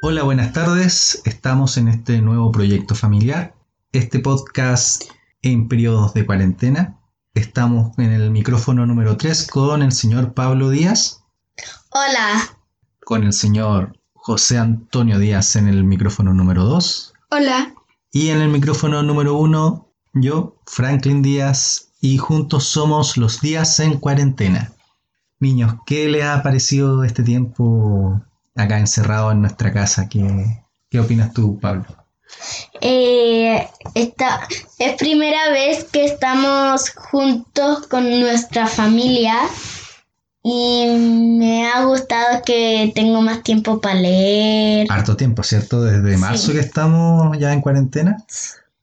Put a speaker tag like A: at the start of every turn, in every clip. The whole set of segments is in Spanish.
A: Hola, buenas tardes. Estamos en este nuevo proyecto familiar, este podcast en periodos de cuarentena. Estamos en el micrófono número 3 con el señor Pablo Díaz,
B: Hola.
A: con el señor José Antonio Díaz en el micrófono número 2
B: Hola.
A: y en el micrófono número 1 yo, Franklin Díaz, y juntos somos los días en cuarentena. Niños, ¿qué les ha parecido este tiempo acá encerrado en nuestra casa? ¿Qué, qué opinas tú, Pablo?
B: Eh, esta es primera vez que estamos juntos con nuestra familia y me ha gustado que tengo más tiempo para leer.
A: Harto tiempo, ¿cierto? Desde
B: Sí.
A: marzo que estamos ya en cuarentena,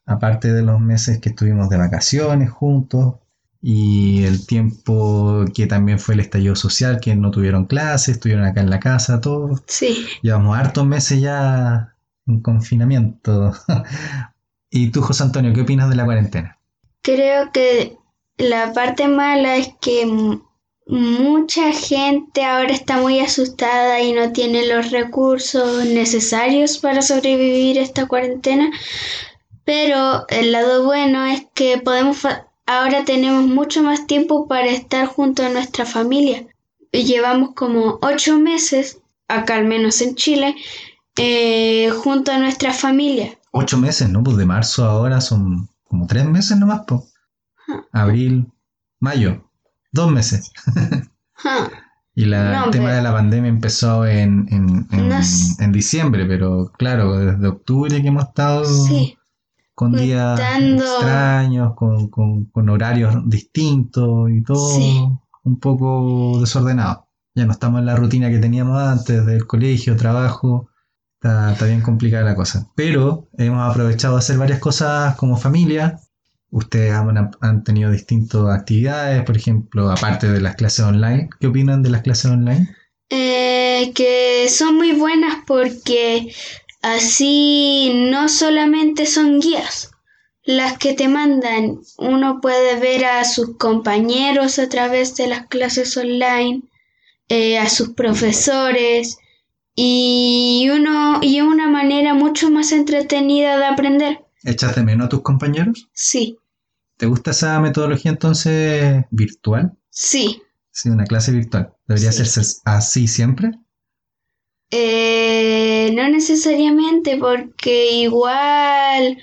A: aparte de los meses que estuvimos de vacaciones juntos y el tiempo que también fue el estallido social, que no tuvieron clases, estuvieron acá en la casa, todo.
B: Sí.
A: Llevamos hartos meses ya en confinamiento. ¿Y tú, José Antonio, qué opinas de la cuarentena?
B: Creo que la parte mala es que m- mucha gente ahora está muy asustada y no tiene los recursos necesarios para sobrevivir esta cuarentena. Pero el lado bueno es que podemos fa- ahora tenemos mucho más tiempo para estar junto a nuestra familia. Llevamos como ocho meses, acá al menos en Chile, eh, junto a nuestra familia.
A: Ocho meses, ¿no? Pues de marzo a ahora son como tres meses nomás, po.
B: Ajá.
A: Abril, mayo, dos meses.
B: Ajá.
A: Y la-
B: No,
A: el tema
B: pero-
A: de la pandemia empezó en, en, en-
B: No sé.
A: en diciembre, pero claro, desde octubre que hemos estado
B: Sí.
A: con días
B: Juntando-
A: extraños, con, con- con horarios distintos y todo
B: Sí.
A: un poco desordenado. Ya no estamos en la rutina que teníamos antes del colegio, trabajo. Está, está bien complicada la cosa. Pero hemos aprovechado de hacer varias cosas como familia. Ustedes han, han tenido distintas actividades, por ejemplo, aparte de las clases online. ¿Qué opinan de las clases online?
B: Eh, que son muy buenas porque así no solamente son guías las que te mandan, uno puede ver a sus compañeros a través de las clases online, eh, a sus profesores y uno y una manera mucho más entretenida de aprender.
A: ¿Echas de menos a tus compañeros?
B: Sí,
A: ¿Te gusta esa metodología entonces virtual?
B: sí.
A: Sí, una clase virtual. ¿Debería
B: Sí.
A: hacerse así siempre?
B: Eh, no necesariamente, porque igual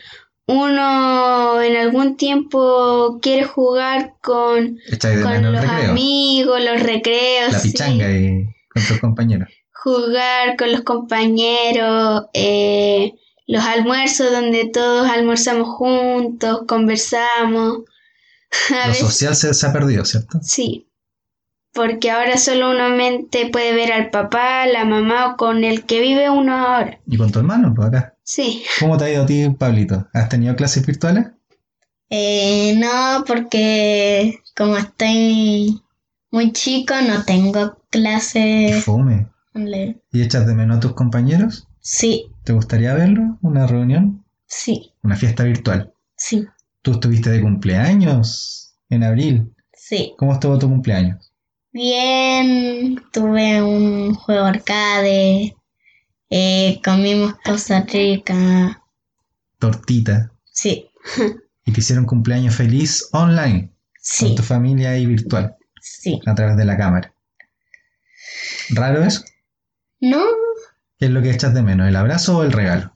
B: uno en algún tiempo quiere jugar con,
A: Echáis de
B: con
A: menos
B: los
A: el recreo,
B: amigos, los recreos,
A: la
B: sí.
A: pichanga y con tus compañeros.
B: jugar con los compañeros, eh, los almuerzos donde todos almorzamos juntos, conversamos. A
A: Lo
B: veces-
A: social se, se ha perdido, ¿cierto?
B: Sí, porque ahora solo uno mente puede ver al papá, la mamá o con el que vive uno ahora.
A: Y con tu hermano, por acá.
B: Sí.
A: ¿Cómo te ha ido a ti, Pablito? ¿Has tenido clases virtuales?
C: Eh, no, porque como estoy muy chico, no tengo
A: Qué
B: Eh.
C: clases.
A: fome.
C: online.
A: ¿Y echas de menos a tus compañeros?
C: Sí,
A: ¿Te gustaría verlo? ¿Una reunión?
C: sí,
A: ¿Una fiesta virtual?
C: sí,
A: Tú estuviste de cumpleaños en abril.
C: sí.
A: ¿Cómo estuvo tu cumpleaños?
C: Bien, tuve un juego arcade, eh, comimos cosas ricas.
A: Tortita.
C: Sí,
A: Y te hicieron cumpleaños feliz online, con
C: sí,
A: tu familia y virtual,
C: sí.
A: a través de la cámara. ¿Raro eso?
C: No,
A: ¿Qué es lo que echas de menos, el abrazo o el regalo?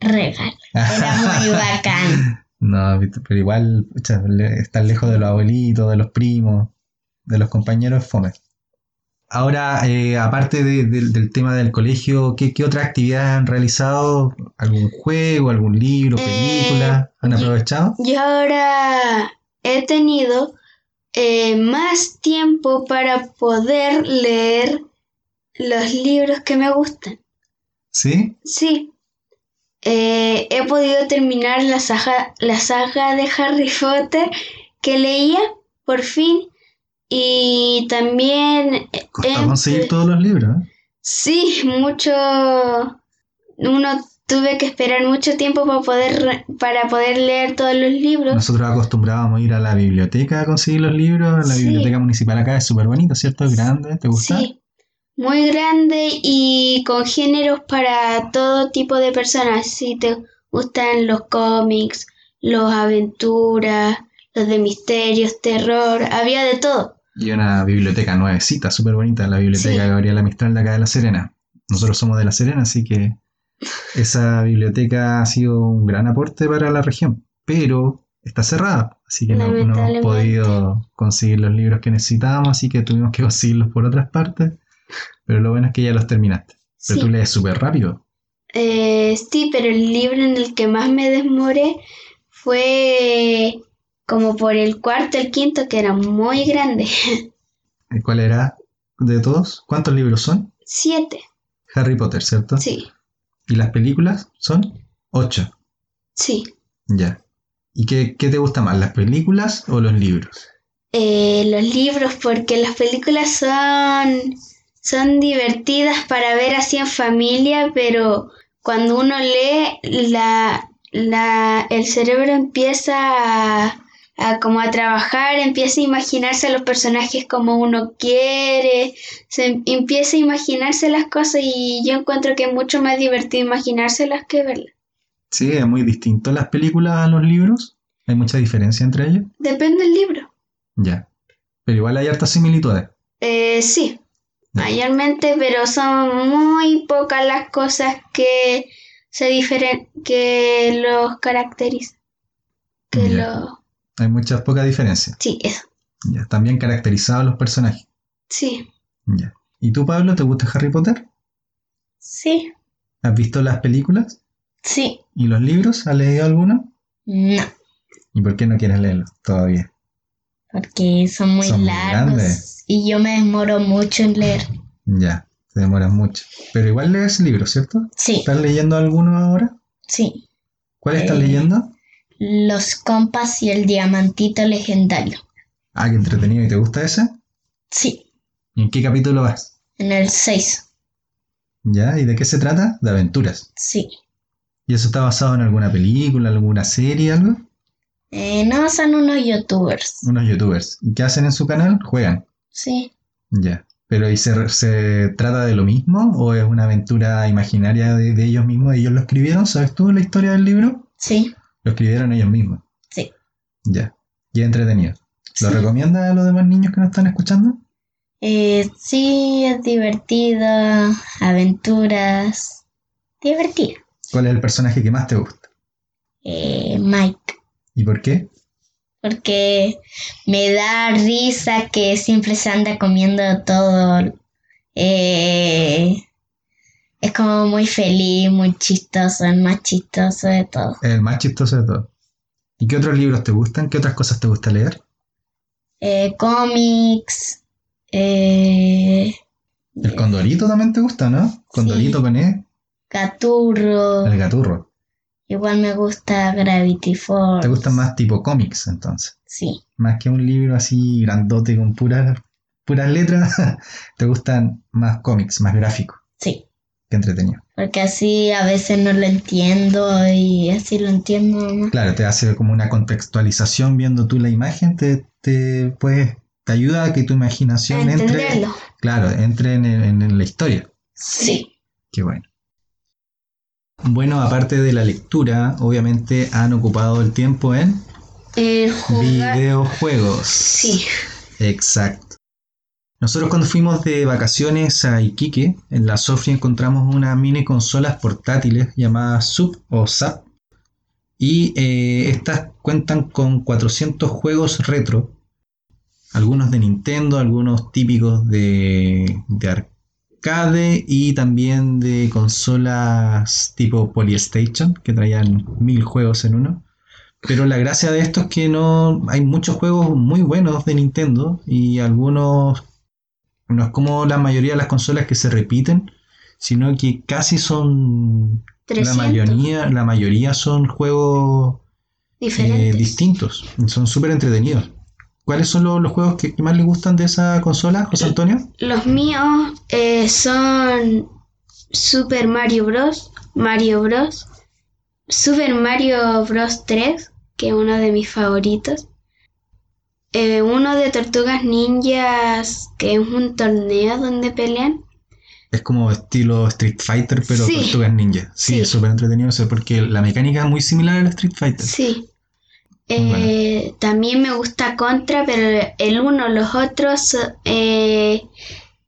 C: regalo. Era muy bacán.
A: No, viste, pero igual pucha, le- estar lejos de los abuelitos, de los primos, de los compañeros es fome. Ahora, eh, aparte de- de- del tema del colegio, ¿qué, qué otra actividad han realizado? ¿Algún juego, algún libro,
B: Eh,
A: película? ¿Han
B: y-
A: aprovechado?
B: Y ahora he tenido eh, más tiempo para poder leer los libros que me gustan.
A: ¿Sí?
B: Sí, Eh, he podido terminar la saga, la saga de Harry Potter que leía por fin y también
A: Costó
B: Em,
A: conseguir
B: eh,
A: todos los libros. ¿eh?
B: Sí, mucho. Uno tuve que esperar mucho tiempo para poder re- para poder leer todos los libros.
A: Nosotros acostumbrábamos a ir a la biblioteca a conseguir los libros. La
B: Sí.
A: biblioteca municipal acá es súper bonita, ¿cierto? Es grande, ¿te gusta?
B: Sí.
D: muy grande y con géneros para todo tipo de personas. Si te gustan los cómics, los aventuras, los de misterios, terror, había de todo.
A: Y una biblioteca nuevecita, súper bonita, la biblioteca
D: Sí.
A: Gabriela Mistral de acá de La Serena. Nosotros somos de La Serena, así que esa biblioteca ha sido un gran aporte para la región, pero está cerrada, así que no, no hemos
D: Lamentablemente.
A: podido conseguir los libros que necesitábamos, así que tuvimos que conseguirlos por otras partes, pero lo bueno es que ya los terminaste. Pero
D: Sí.
A: tú lees súper rápido.
D: Eh, sí, pero el libro en el que más me desmoré fue como por el cuarto, el quinto, que era muy grande.
A: ¿Y Eh, ¿Cuál era de todos? ¿Cuántos libros son?
D: Siete,
A: Harry Potter, ¿cierto?
D: sí,
A: ¿Y las películas son? Ocho.
D: sí.
A: Ya. ¿Y qué, qué te gusta más, las películas o los libros?
D: Eh, los libros, porque las películas son, son divertidas para ver así en familia, pero cuando uno lee, la, la, el cerebro empieza a, a como a trabajar, empieza a imaginarse a los personajes como uno quiere, se em, empieza a imaginarse las cosas y yo encuentro que es mucho más divertido imaginárselas que verlas.
A: Sí, es muy distinto las películas a los libros. Hay mucha diferencia entre ellos.
D: Depende del libro.
A: Ya. Pero igual hay hartas similitudes.
D: Eh, sí,
A: Ya.
D: mayormente, pero son muy pocas las cosas que se diferen que los caracterizan. Que
A: Ya.
D: lo...
A: Hay muchas pocas diferencias.
D: Sí, eso.
A: Ya. Están bien caracterizados los personajes.
D: Sí,
A: Ya. ¿Y tú, Pablo, te gusta Harry Potter?
B: Sí.
A: ¿Has visto las películas
B: Sí.
A: y los libros? ¿Has leído alguno?
B: No.
A: ¿Y por qué no quieres leerlos todavía?
B: Porque son muy
A: Son muy
B: largos.
A: grandes.
B: y yo me demoro mucho en leer.
A: Ya. Te demoras mucho. Pero igual lees libros, ¿cierto?
B: Sí,
A: ¿Estás leyendo alguno ahora?
B: sí.
A: ¿Cuál estás
B: Eh.
A: leyendo?
B: Los compas y el diamantito legendario.
A: Ah, qué entretenido. ¿Y te gusta ese?
B: Sí.
A: ¿Y en qué capítulo vas?
B: En el 6.
A: ¿Ya? ¿Y de qué se trata? De aventuras.
B: Sí.
A: ¿Y eso está basado en alguna película, alguna serie, algo?
B: Eh, no, son unos youtubers.
A: Unos youtubers. ¿Y qué hacen en su canal? Juegan.
B: Sí.
A: Ya. ¿Pero y se, se trata de lo mismo? ¿O es una aventura imaginaria de, de ellos mismos? ¿Ellos lo escribieron? ¿Sabes tú la historia del libro?
B: Sí.
A: Lo escribieron ellos mismos.
B: Sí.
A: Ya. Y es entretenido. ¿Lo
B: Sí.
A: recomiendas a los demás niños que nos están escuchando?
B: Eh, sí, es divertido. Aventuras. Divertido.
A: ¿Cuál es el personaje que más te gusta?
B: Eh, Mike.
A: ¿Y por qué?
B: Porque me da risa que siempre se anda comiendo todo. Eh, es como muy feliz, muy chistoso, el más chistoso de todo.
A: Es el más chistoso de todos. ¿Y qué otros libros te gustan? ¿Qué otras cosas te gusta leer?
B: Eh, cómics. eh,
A: El Condorito también te gusta, ¿no? Condorito
B: Sí.
A: con E,
B: Gaturro.
A: el gaturro.
B: Igual me gusta Gravity Force.
A: Te gustan más tipo cómics, entonces.
B: Sí,
A: Más que un libro así grandote con puras, puras letras, te gustan más cómics, más gráficos,
B: sí.
A: que entretenido.
B: Porque así a veces no lo entiendo y así lo entiendo más.
A: Claro, te hace como una contextualización viendo tú la imagen, te, te, pues, te ayuda a que tu
D: a
A: imaginación entre,
D: entenderlo.
A: claro, entre en- en- en la historia.
B: Sí.
A: Qué bueno. Bueno, aparte de la lectura, obviamente han ocupado el tiempo en
D: Eh, jugar-
A: videojuegos.
D: Sí,
A: Exacto. Nosotros cuando fuimos de vacaciones a Iquique, en la Sofri encontramos unas mini consolas portátiles llamadas Sub o SAP. Y eh, estas cuentan con 400 juegos retro. Algunos de Nintendo, algunos típicos de, de arcade y también de consolas tipo Polystation, que traían mil juegos en uno. Pero la gracia de esto es que no hay muchos juegos muy buenos de Nintendo y algunos no es como la mayoría de las consolas que se repiten, sino que casi son la
D: 300
A: mayoría, la mayoría son juegos eh,
D: diferentes.
A: distintos, son súper entretenidos. ¿Cuáles son lo- los juegos que que más le gustan de esa consola,
D: Eh,
A: José Antonio?
D: Los míos eh, son Super Mario Bros. Mario Bros. Super Mario Bros. 3, que es uno de mis favoritos. Eh, uno de Tortugas Ninjas, que es un torneo donde pelean.
A: Es como estilo Street Fighter, pero
D: Sí.
A: tortugas ninja. Sí,
D: Sí.
A: es súper entretenido eso, porque la mecánica es muy similar a la Street Fighter.
D: Sí.
A: Muy bueno.
D: Eh, también me gusta Contra, pero el uno, los otros, eh,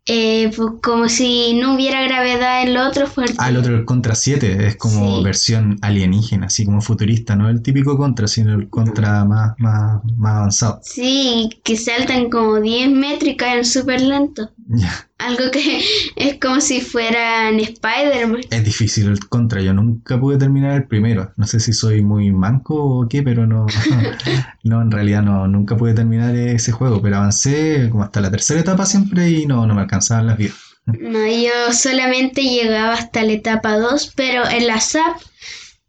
D: eh, pues como si no hubiera gravedad en los otros. porque-
A: Ah, el otro, el Contra 7, es como
D: Sí.
A: versión alienígena, así como futurista, no el típico Contra, sino el Contra más, más, más avanzado.
D: Sí, que saltan como 10 metros y caen súper lento.
A: Ya,
D: Algo que es como si fueran Spider-Man.
A: Es difícil el Contra, yo nunca pude terminar el primero. No sé si soy muy manco o qué, pero no, no en realidad no, nunca pude terminar ese juego, pero avancé como hasta la tercera etapa siempre y no, no me alcanzaban las vidas.
D: No, yo solamente llegaba hasta la etapa 2, pero en la SAP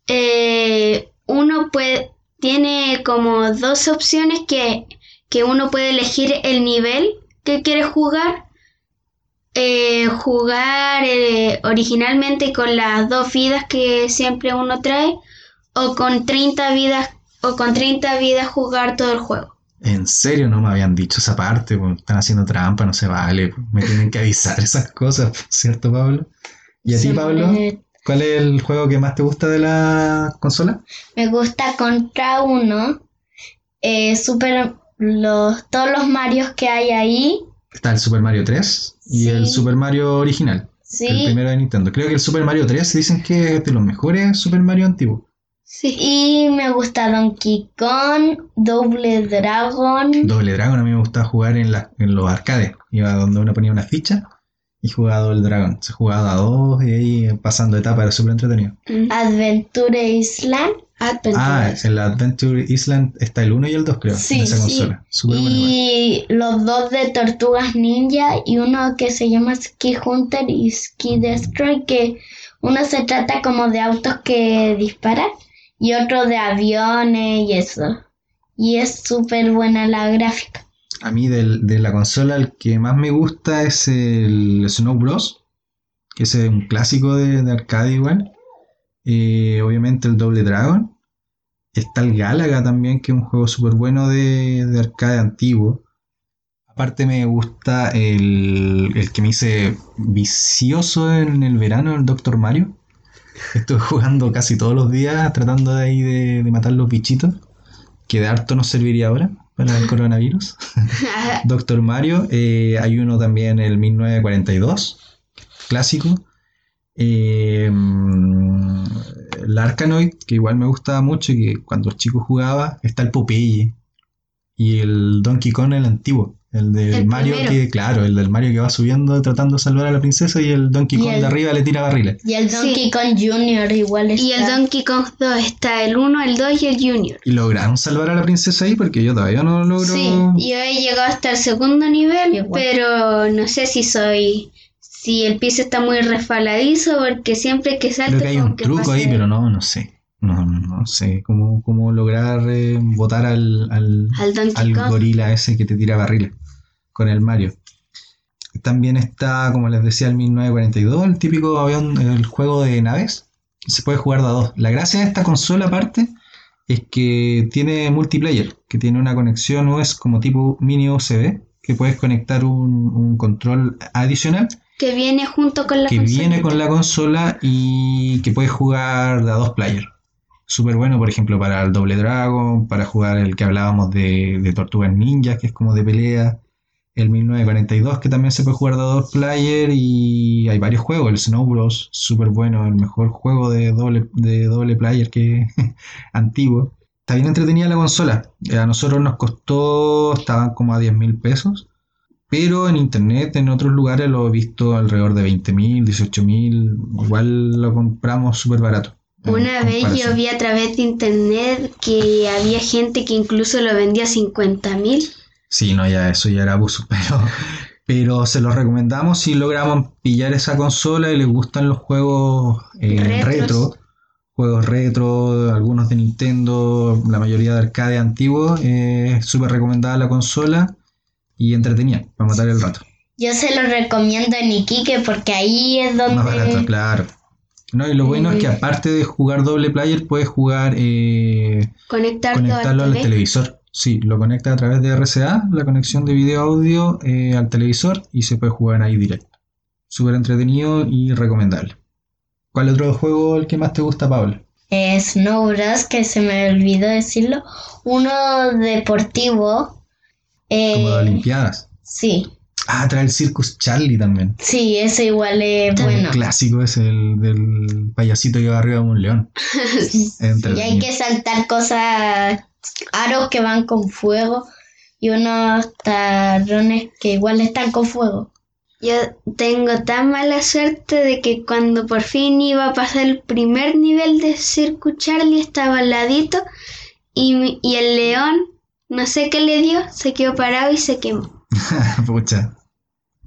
D: eh, uno puede, tiene como dos opciones que, que uno puede elegir el nivel que quiere jugar. Eh, jugar eh, originalmente con las dos vidas que siempre uno trae o con 30 vidas o con 30 vidas jugar todo el juego.
A: En serio, no me habían dicho esa parte, pues, están haciendo trampa, no se vale, pues, me tienen que avisar esas cosas, ¿cierto, Pablo? ¿Y a ti, Pablo?
B: Me,
A: ¿Cuál es el juego que más te gusta de la consola?
B: me gusta Contra 1. Eh, super los, todos los Marios que hay ahí.
A: Está el Super Mario 3 y
B: Sí.
A: el Super Mario original, el
B: Sí.
A: primero de Nintendo. Creo que el Super Mario 3 dicen que es de los mejores Super Mario antiguos.
D: Sí.
B: Y me gusta Donkey Kong, Double Dragon.
A: Doble Dragon a mí me gustaba jugar en, la- en los arcades. Iba donde uno ponía una ficha y jugaba Doble Dragon. Se jugaba a dos y ahí pasando etapas era súper entretenido.
B: Adventure Island.
A: Ah, en la Adventure Island está el 1 y el 2 creo,
B: Sí,
A: en esa
B: sí.
A: consola. Súper bueno igual.
B: Y los dos de Tortugas Ninja y uno que se llama Ski Hunter y Ski Destroy, que uno se trata como de autos que disparan y otro de aviones y eso. Y es súper buena la gráfica.
A: A mí del- de la consola el que más me gusta es el Snow Bros. Que es un clásico de, de arcade igual. Eh, obviamente el Doble Dragon. Está el Galaga también, que es un juego súper bueno de, de arcade antiguo. Aparte me gusta el, el que me hice vicioso en el verano, el Dr. Mario. Estuve jugando casi todos los días tratando de ahí de, de matar los bichitos. Que de harto nos serviría ahora para el coronavirus. Doctor Mario, eh, hay uno también el 1942, clásico. Eh, mm, el Arkanoid, que igual me gustaba mucho y que cuando chico jugaba, está el Popeye. Y el Donkey Kong, el antiguo. El del
D: El
A: Mario
D: primero.
A: que, claro, el del Mario que va subiendo tratando de salvar a la princesa y el Donkey
B: Y
A: Kong
B: el-
A: de arriba le tira barriles.
B: Y el
D: Sí.
B: Donkey Kong Jr. igual es.
D: Y el Donkey Kong 2 está el 1, el 2 y el Junior.
A: Y lograron salvar a la princesa ahí porque yo todavía no logro.
D: Sí, yo he llegado hasta el segundo nivel,
B: Igual.
D: pero no sé si soy. Si el piso está muy resbaladizo, porque siempre que salto.
A: Creo que hay
D: como
A: un truco
D: pase-
A: ahí, pero no, no sé. No, no, no sé cómo, cómo lograr eh, botar al, al,
D: Al Donkey
A: al
D: Kong.
A: gorila ese que te tira barriles con el Mario. También está, como les decía, el 1942, el típico avión, el juego de naves. Se puede jugar de a dos. La gracia de esta consola, aparte, es que tiene multiplayer, que tiene una conexión es como tipo mini USB, que puedes conectar un- un control adicional
D: Que viene junto con la
A: que
D: consola.
A: viene con la consola y que puedes jugar de a dos player. Súper bueno, por ejemplo, para el Doble Dragon, para jugar el que hablábamos de, de Tortugas Ninjas, que es como de pelea, el 1942, que también se puede jugar de a dos player, y hay varios juegos, el Snow Bros, súper bueno, el mejor juego de doble, de doble player que antiguo. Está bien entretenida la consola. A nosotros nos costó, estaban como a 10 mil pesos pero en internet, en otros lugares lo he visto alrededor de 20.000, 18.000, igual lo compramos súper barato. en
D: Una vez yo
A: comparación.
D: vi a través de internet que había gente que incluso lo vendía a 50 mil.
A: Sí, no, ya eso ya era abuso, pero, pero se los recomendamos si logramos pillar esa consola y les gustan los juegos eh,
D: Retros.
A: retro, juegos retro, algunos de Nintendo, la mayoría de arcade antiguos, eh, súper recomendada la consola y entretenida, para matar el rato.
B: Yo se lo recomiendo en Iquique porque ahí es donde.
A: Más barato, claro. No, y lo bueno es que aparte de jugar doble player, puedes jugar, eh,
D: Conectarlo,
A: conectarlo
D: al
A: al
D: TV.
A: televisor. Sí, lo conecta a través de RCA, la conexión de video audio eh, al televisor y se puede jugar ahí directo. Súper entretenido y recomendable. ¿Cuál otro juego el que más te gusta, Pablo?
B: Eh, Snow Bros, que se me olvidó decirlo. Uno deportivo. eh,
A: Como de Olimpiadas.
B: sí,
A: Ah, trae el Circus Charlie también.
B: sí, eso igual es
A: El
B: bueno.
A: clásico es el del payasito que va arriba de un león.
B: Y hay que saltar cosas, aros que van con fuego y unos tarrones que igual están con fuego.
D: Yo tengo tan mala suerte de que cuando por fin iba a pasar el primer nivel de Circo Charlie estaba al ladito y, mi- y el león, no sé qué le dio, se quedó parado y se quemó.
A: Pucha.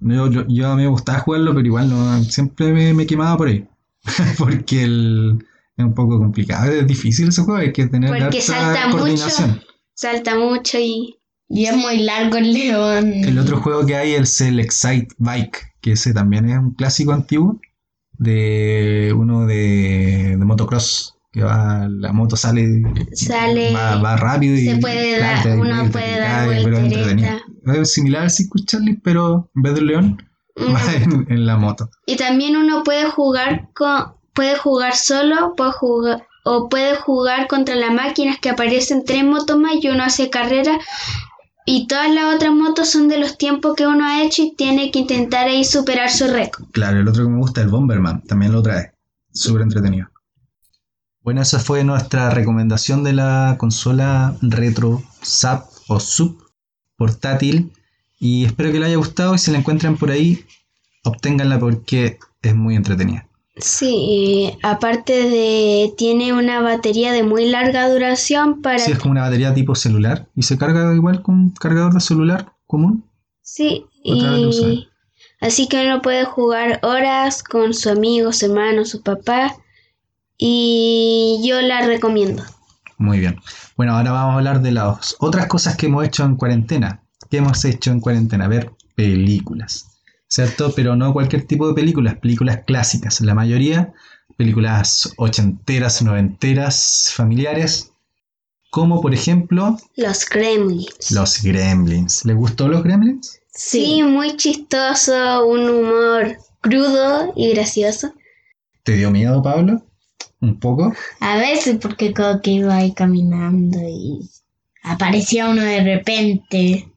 A: Yo, yo- yo a mí me gustaba jugarlo, pero igual no, siempre me, me quemaba por ahí. Porque el, es un poco complicado. Es difícil ese juego, hay que tener
D: Porque
A: harta
D: salta mucho.
A: coordinación.
D: Salta mucho y
B: Y es muy largo el león.
A: El otro juego que hay es el Excite Bike, que ese también es un clásico antiguo de uno de, de motocross, que va, la moto sale,
D: sale...
A: va, va rápido y
D: se puede
A: claro,
D: dar-
A: te da
D: uno
A: vuelta,
D: puede
A: te
D: dar
A: cae, pero es
D: voltereta.
A: entretenido. Es similar al Circus Charlie, pero en vez del león
D: Mm.
A: va en, en la moto.
D: Y también uno puede jugar con, puede jugar solo, puede jugar o puede jugar contra las máquinas que aparecen tres motos más y uno hace carrera y todas las otras motos son de los tiempos que uno ha hecho y tiene que intentar ahí superar su récord.
A: Claro, el otro que me gusta, el Bomberman, también lo trae. Súper entretenido. Bueno, esa fue nuestra recomendación de la consola retro SAP o SUP portátil. Y espero que les haya gustado y si la encuentran por ahí, obténganla porque es muy entretenida.
D: Sí, aparte de tiene una batería de muy larga duración para
A: Sí, es como una batería tipo celular y se carga igual con un cargador de celular común.
D: Sí,
A: Otra vez lo usé.
D: y así que uno puede jugar horas con su amigo, su hermano, su papá. Y yo la recomiendo.
A: Muy bien. Bueno, ahora vamos a hablar de las otras cosas que hemos hecho en cuarentena. ¿Qué hemos hecho en cuarentena? Ver películas, ¿cierto? Pero no cualquier tipo de películas, películas clásicas. La mayoría, películas ochenteras, noventeras, familiares, como por ejemplo
D: Los Gremlins.
A: Los Gremlins. ¿Les gustó Los Gremlins?
D: Sí, muy chistoso, un humor crudo y gracioso.
A: ¿Te dio miedo, Pablo? ¿Un poco?
B: A veces porque creo que iba ahí caminando y aparecía uno de repente.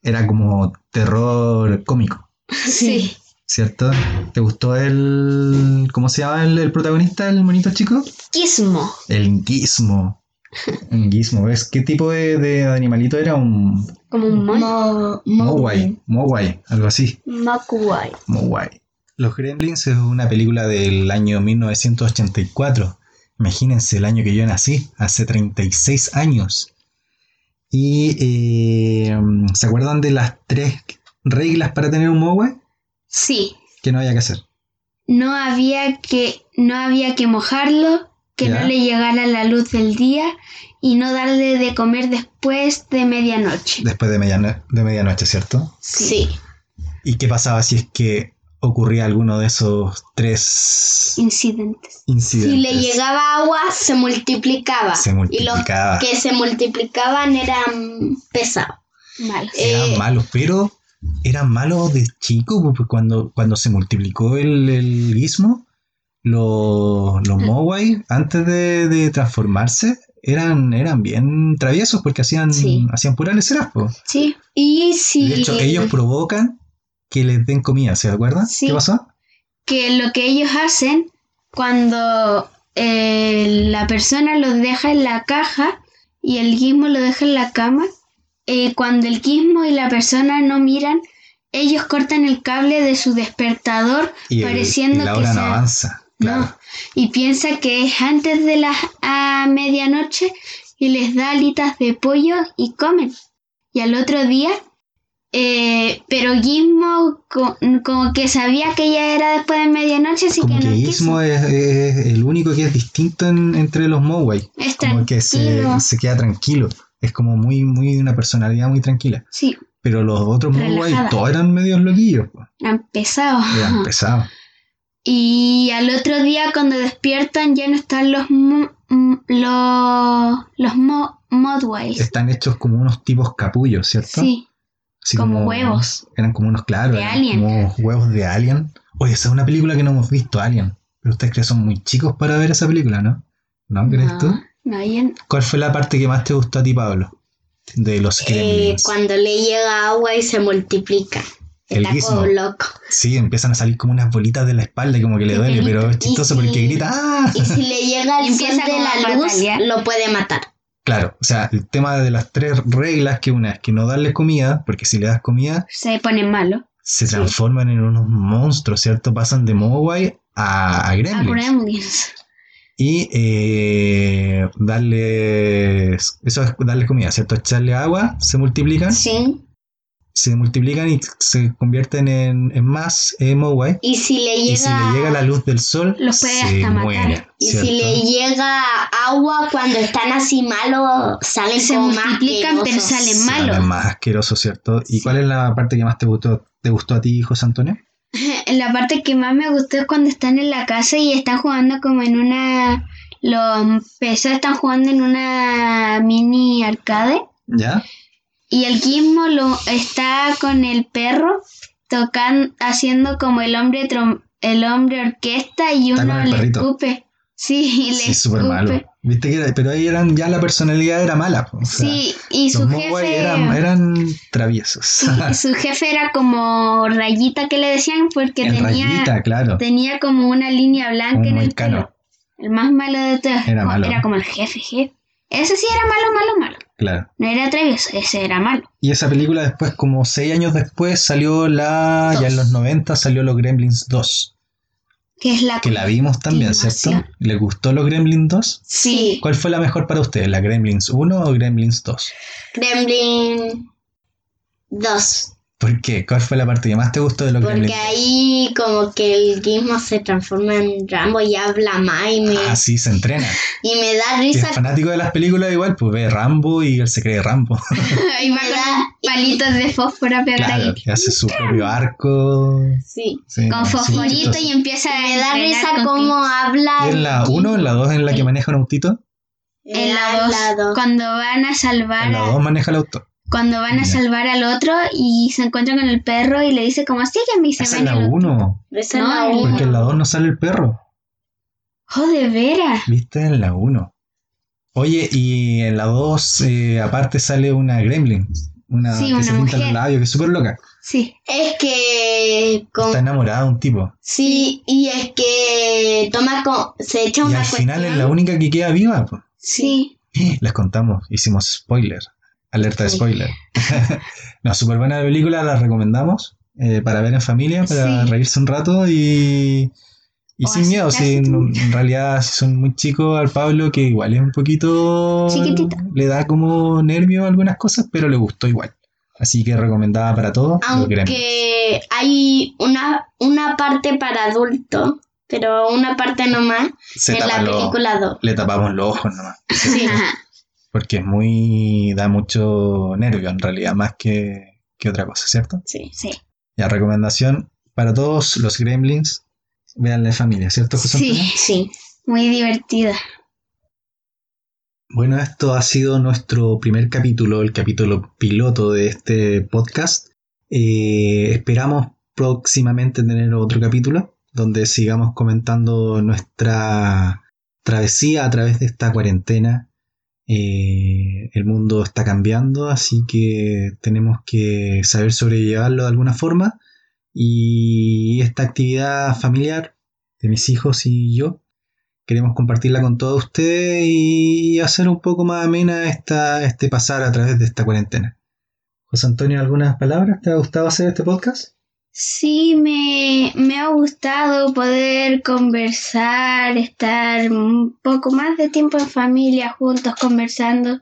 A: Era como terror cómico.
D: Sí.
A: ¿Cierto? ¿Te gustó el... ¿Cómo se llama el, el protagonista, el monito chico?
D: Gizmo.
A: El guismo. Un guismo, ¿ves? ¿Qué tipo de, de animalito era? Un
D: Como un mono.
B: Mo- Mowgli.
A: Mowai. Mowai, algo así.
D: Mogwai.
A: Mowai. Los Gremlins es una película del año 1984. Imagínense el año que yo nací, hace 36 años. Y eh, ¿se acuerdan de las tres reglas para tener un Mowai?
D: Sí.
A: Que no había que hacer.
D: No había que, no había que mojarlo, que
A: Ya.
D: no le llegara la luz del día y no darle de comer después de medianoche.
A: Después de, mediano- de medianoche, ¿cierto?
B: Sí.
A: ¿Y qué pasaba si es que ocurría alguno de esos tres
D: Incidentes.
A: incidentes?
B: Si le llegaba agua, se multiplicaba.
A: Se multiplicaba.
B: Y los que se multiplicaban eran pesados.
D: Malos.
A: Eran
B: eh,
A: malos, pero eran malos de chico, porque cuando, cuando se multiplicó el, el guismo, los,
D: Mm.
A: los Mogwai, antes de, de transformarse, eran, eran bien traviesos porque hacían,
B: Sí.
A: hacían puras leceras. po.
D: Sí. Y si
A: De hecho, ellos provocan que les den comida, ¿se acuerdan?
D: Sí.
A: ¿Qué pasó?
D: que lo que ellos hacen cuando eh, la persona los deja en la caja y el guismo lo deja en la cama, eh, cuando el guismo y la persona no miran, ellos cortan el cable de su despertador
A: Y, el-
D: pareciendo
A: y la
D: que
A: hora no
D: sea-
A: avanza.
D: No.
A: Claro.
D: y piensa que es antes de la a medianoche y les da alitas de pollo y comen. Y al otro día, eh, pero Gizmo co- como que sabía que ya era después de medianoche, así
A: como
D: que,
A: que
D: no
A: Gizmo es, es el único que es distinto en- entre los Mowai.
D: quiso. Es
A: Como que se,
D: tranquilo.
A: se queda tranquilo. Es como muy, muy una personalidad muy tranquila.
D: Sí,
A: Pero los otros Mowai
D: Relajada.
A: todos eran medios loquillos. po.
D: eran pesados.
A: Eran pesados.
D: Y al otro día cuando despiertan ya no están los mo- m- los los mo- Modwiles.
A: Están hechos como unos tipos capullos, ¿cierto?
D: Sí,
A: Así
D: como huevos.
A: Eran como unos, claro,
D: De
A: eran
D: alien.
A: como huevos de alien Oye, esa es una película que no hemos visto, Alien. Pero ustedes creen que son muy chicos para ver esa película, ¿no? ¿No crees
D: no,
A: tú?
D: no, yo no.
A: ¿Cuál fue la parte que más te gustó a ti, Pablo? De los
D: Eh,
A: Gremlins.
D: cuando le llega agua y se multiplica.
A: El
D: Está
A: guismo.
D: como Oh, loco.
A: Sí, empiezan a salir como unas bolitas de la espalda, como que le
D: Y
A: duele,
D: grita,
A: pero es
D: y
A: chistoso
D: sí.
A: porque grita ¡Ah!
B: Y si le llega el sol
D: Empieza
B: de
D: como a
B: la luz,
D: patalear.
B: lo puede matar.
A: Claro, o sea, el tema de las tres reglas, que una es que no darles comida, porque si le das comida,
D: Se pone malo.
A: se
D: Sí.
A: transforman en unos monstruos, ¿cierto? Pasan de Mogwai a, a
D: A
A: Gremlins.
D: Gremlins.
A: y eh, darles, eso es darles comida, ¿cierto? Echarle agua, se multiplican,
B: Sí.
A: se multiplican y se convierten en, en más eh, Mogwai.
B: Y si le llega.
A: Y si le llega la luz del sol,
D: Los puede
A: se
D: hasta matar.
A: mueren,
B: y
A: ¿cierto?
B: si le llega agua cuando están así malos, salen
D: Se
B: como más
D: multiplican, pero
B: asquerosos.
D: salen
A: Sale
D: malos.
A: más asqueroso, ¿cierto? ¿Y
D: Sí.
A: cuál es la parte que más te gustó, te gustó a ti, José Antonio?
D: Eh, La parte que más me gustó es cuando están en la casa y están jugando como en una... Los peces están jugando en una mini arcade.
A: ¿Ya?
D: Y el Gizmo lo está con el perro tocando, haciendo como el hombre trom- el hombre orquesta y
A: Está
D: uno
A: con el
D: le
A: perrito.
D: escupe. Sí, y le
A: Sí,
D: escupe.
A: súper malo. ¿Viste que era- pero ahí eran, ya la personalidad era mala. po, o sea,
D: sí, y su
A: los Mogwai
D: jefe
A: eran, eran traviesos.
D: sí, su jefe era como rayita que le decían porque
A: en
D: tenía
A: rayita, claro.
D: tenía como una línea blanca
A: Un
D: en el
A: moicano,
D: pelo. El más malo de todos.
A: Era malo.
D: como el jefe, jefe. Ese sí era malo, malo, malo.
A: claro.
D: No era travieso, ese era malo.
A: Y esa película después, como seis años después, salió la... Ya en los 90 salió Los Gremlins 2.
D: Que es la
A: Que la vimos también, ¿cierto?
D: Continuación.
A: ¿Les gustó Los Gremlins 2?
D: Sí.
A: ¿Cuál fue la mejor para ustedes? ¿La Gremlins 1 o Gremlins 2?
B: Gremlin 2.
A: ¿Por qué? ¿Cuál fue la parte que más te gustó de Los
B: Porque
A: Gremlins?
B: ahí como que el gizmo se transforma en Rambo y habla más y me,
A: Ah, sí, se entrena.
B: y me da
A: Si
B: risa.
A: es fanático de las películas, igual, pues ve Rambo y él se cree Rambo.
D: y va con palitos de fósforo a pegar
A: Claro,
D: ahí.
A: que hace su propio arco.
B: Sí.
A: Sí,
D: Con
A: no, súper
D: fosforito
A: chistoso.
D: y empieza a
B: Me da
D: entrenar
B: risa
D: con
B: cómo
D: pin-
B: habla.
A: ¿Y en la 1 o en la 2 en la que maneja un autito?
D: en la 2 cuando van a salvar
A: En la
D: a-
A: 2 maneja el auto.
D: cuando van a
A: Ya.
D: salvar al otro y se encuentran con el perro y le dice como sígueme y se
A: Esa es
D: ven
A: la
D: el-
A: 1.
B: Esa es
D: No,
B: la
D: en la-
A: Porque en la
B: uno.
A: 2 no sale el perro.
D: oh de veras
A: ¿Viste? En la 1. Oye, y en la 2 eh, aparte sale una gremlin. Una
D: Sí,
A: que
D: una
A: se pinta los
D: mujer.
A: labios, que es súper loca.
D: sí
B: Es que. con-
A: Está enamorada de un tipo.
B: sí, y es que toma con, se echa
A: Y
B: una
A: al final es
B: cuestión.
A: la única que queda viva. po.
D: sí
A: Les contamos, hicimos spoiler. Alerta de
B: Sí.
A: spoiler. no, súper buena película, la recomendamos eh, para ver en familia, para
D: Sí.
A: reírse un rato y, y
D: O
A: sin
D: así
A: miedo.
D: casi
A: Si en,
D: tú.
A: en realidad, si son muy chicos, al Pablo, que igual es un poquito.
D: Chiquitito.
A: Le da como nervio algunas cosas, pero le gustó igual. Así que recomendada para todos. los Gremlins.
B: Aunque hay una, una parte para adulto, pero una parte nomás
A: Se
B: en la
A: tapan los-
B: película 2.
A: le tapamos los ojos nomás.
B: Sí.
A: Porque es muy. da mucho nervio en realidad, más que, que otra cosa, ¿cierto?
B: Sí.
D: sí
A: Ya, recomendación para todos los gremlins. Veanle familia, ¿cierto, José
D: Sí.
A: Antonio?
B: Sí.
D: muy divertida
A: Bueno, esto ha sido nuestro primer capítulo, el capítulo piloto de este podcast. Eh, esperamos próximamente tener otro capítulo donde sigamos comentando nuestra travesía a través de esta cuarentena. Eh, el mundo está cambiando, así que tenemos que saber sobrellevarlo de alguna forma. Y esta actividad familiar de mis hijos y yo queremos compartirla con todos ustedes y hacer un poco más amena esta, este pasar a través de esta cuarentena. José Antonio, ¿algunas palabras? ¿Te ha gustado hacer este podcast?
D: sí me me ha gustado poder conversar estar un poco más de tiempo en familia juntos conversando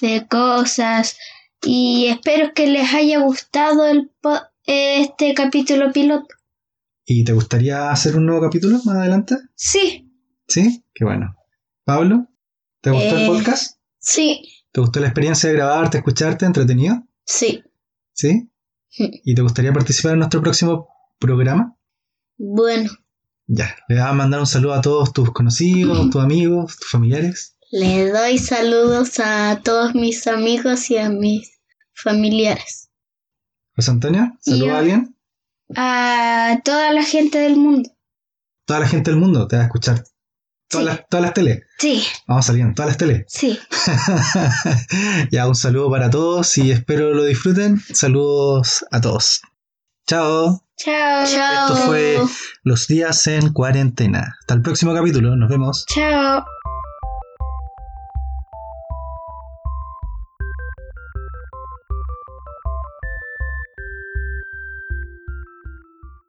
D: de cosas y espero que les haya gustado el po- este capítulo piloto
A: ¿Y te gustaría hacer un nuevo capítulo más adelante?
D: Sí,
A: ¿Sí? Qué bueno. Pablo, ¿te gustó el
B: Eh.
A: podcast?
B: Sí.
A: ¿Te gustó la experiencia de grabarte, escucharte, entretenido?
B: Sí.
A: ¿Sí?
B: Sí.
A: ¿Y te gustaría participar en nuestro próximo programa?
B: Bueno,
A: Ya, le vas a mandar un saludo a todos tus conocidos, tus amigos, tus familiares.
B: le doy saludos a todos mis amigos y a mis familiares.
A: José Antonio,
D: Y
A: ¿saluda
D: yo-
A: a alguien?
D: a toda la gente del mundo.
A: Toda la gente del mundo te va a escuchar. Todas,
D: Sí.
A: las, todas las teles.
D: Sí,
A: Vamos a salir en todas las teles.
D: sí.
A: ya, un saludo para todos y espero lo disfruten. Saludos a todos. Chao.
D: Chao.
B: Chao.
A: Esto fue Los días en cuarentena. Hasta el próximo capítulo. Nos vemos.
D: Chao.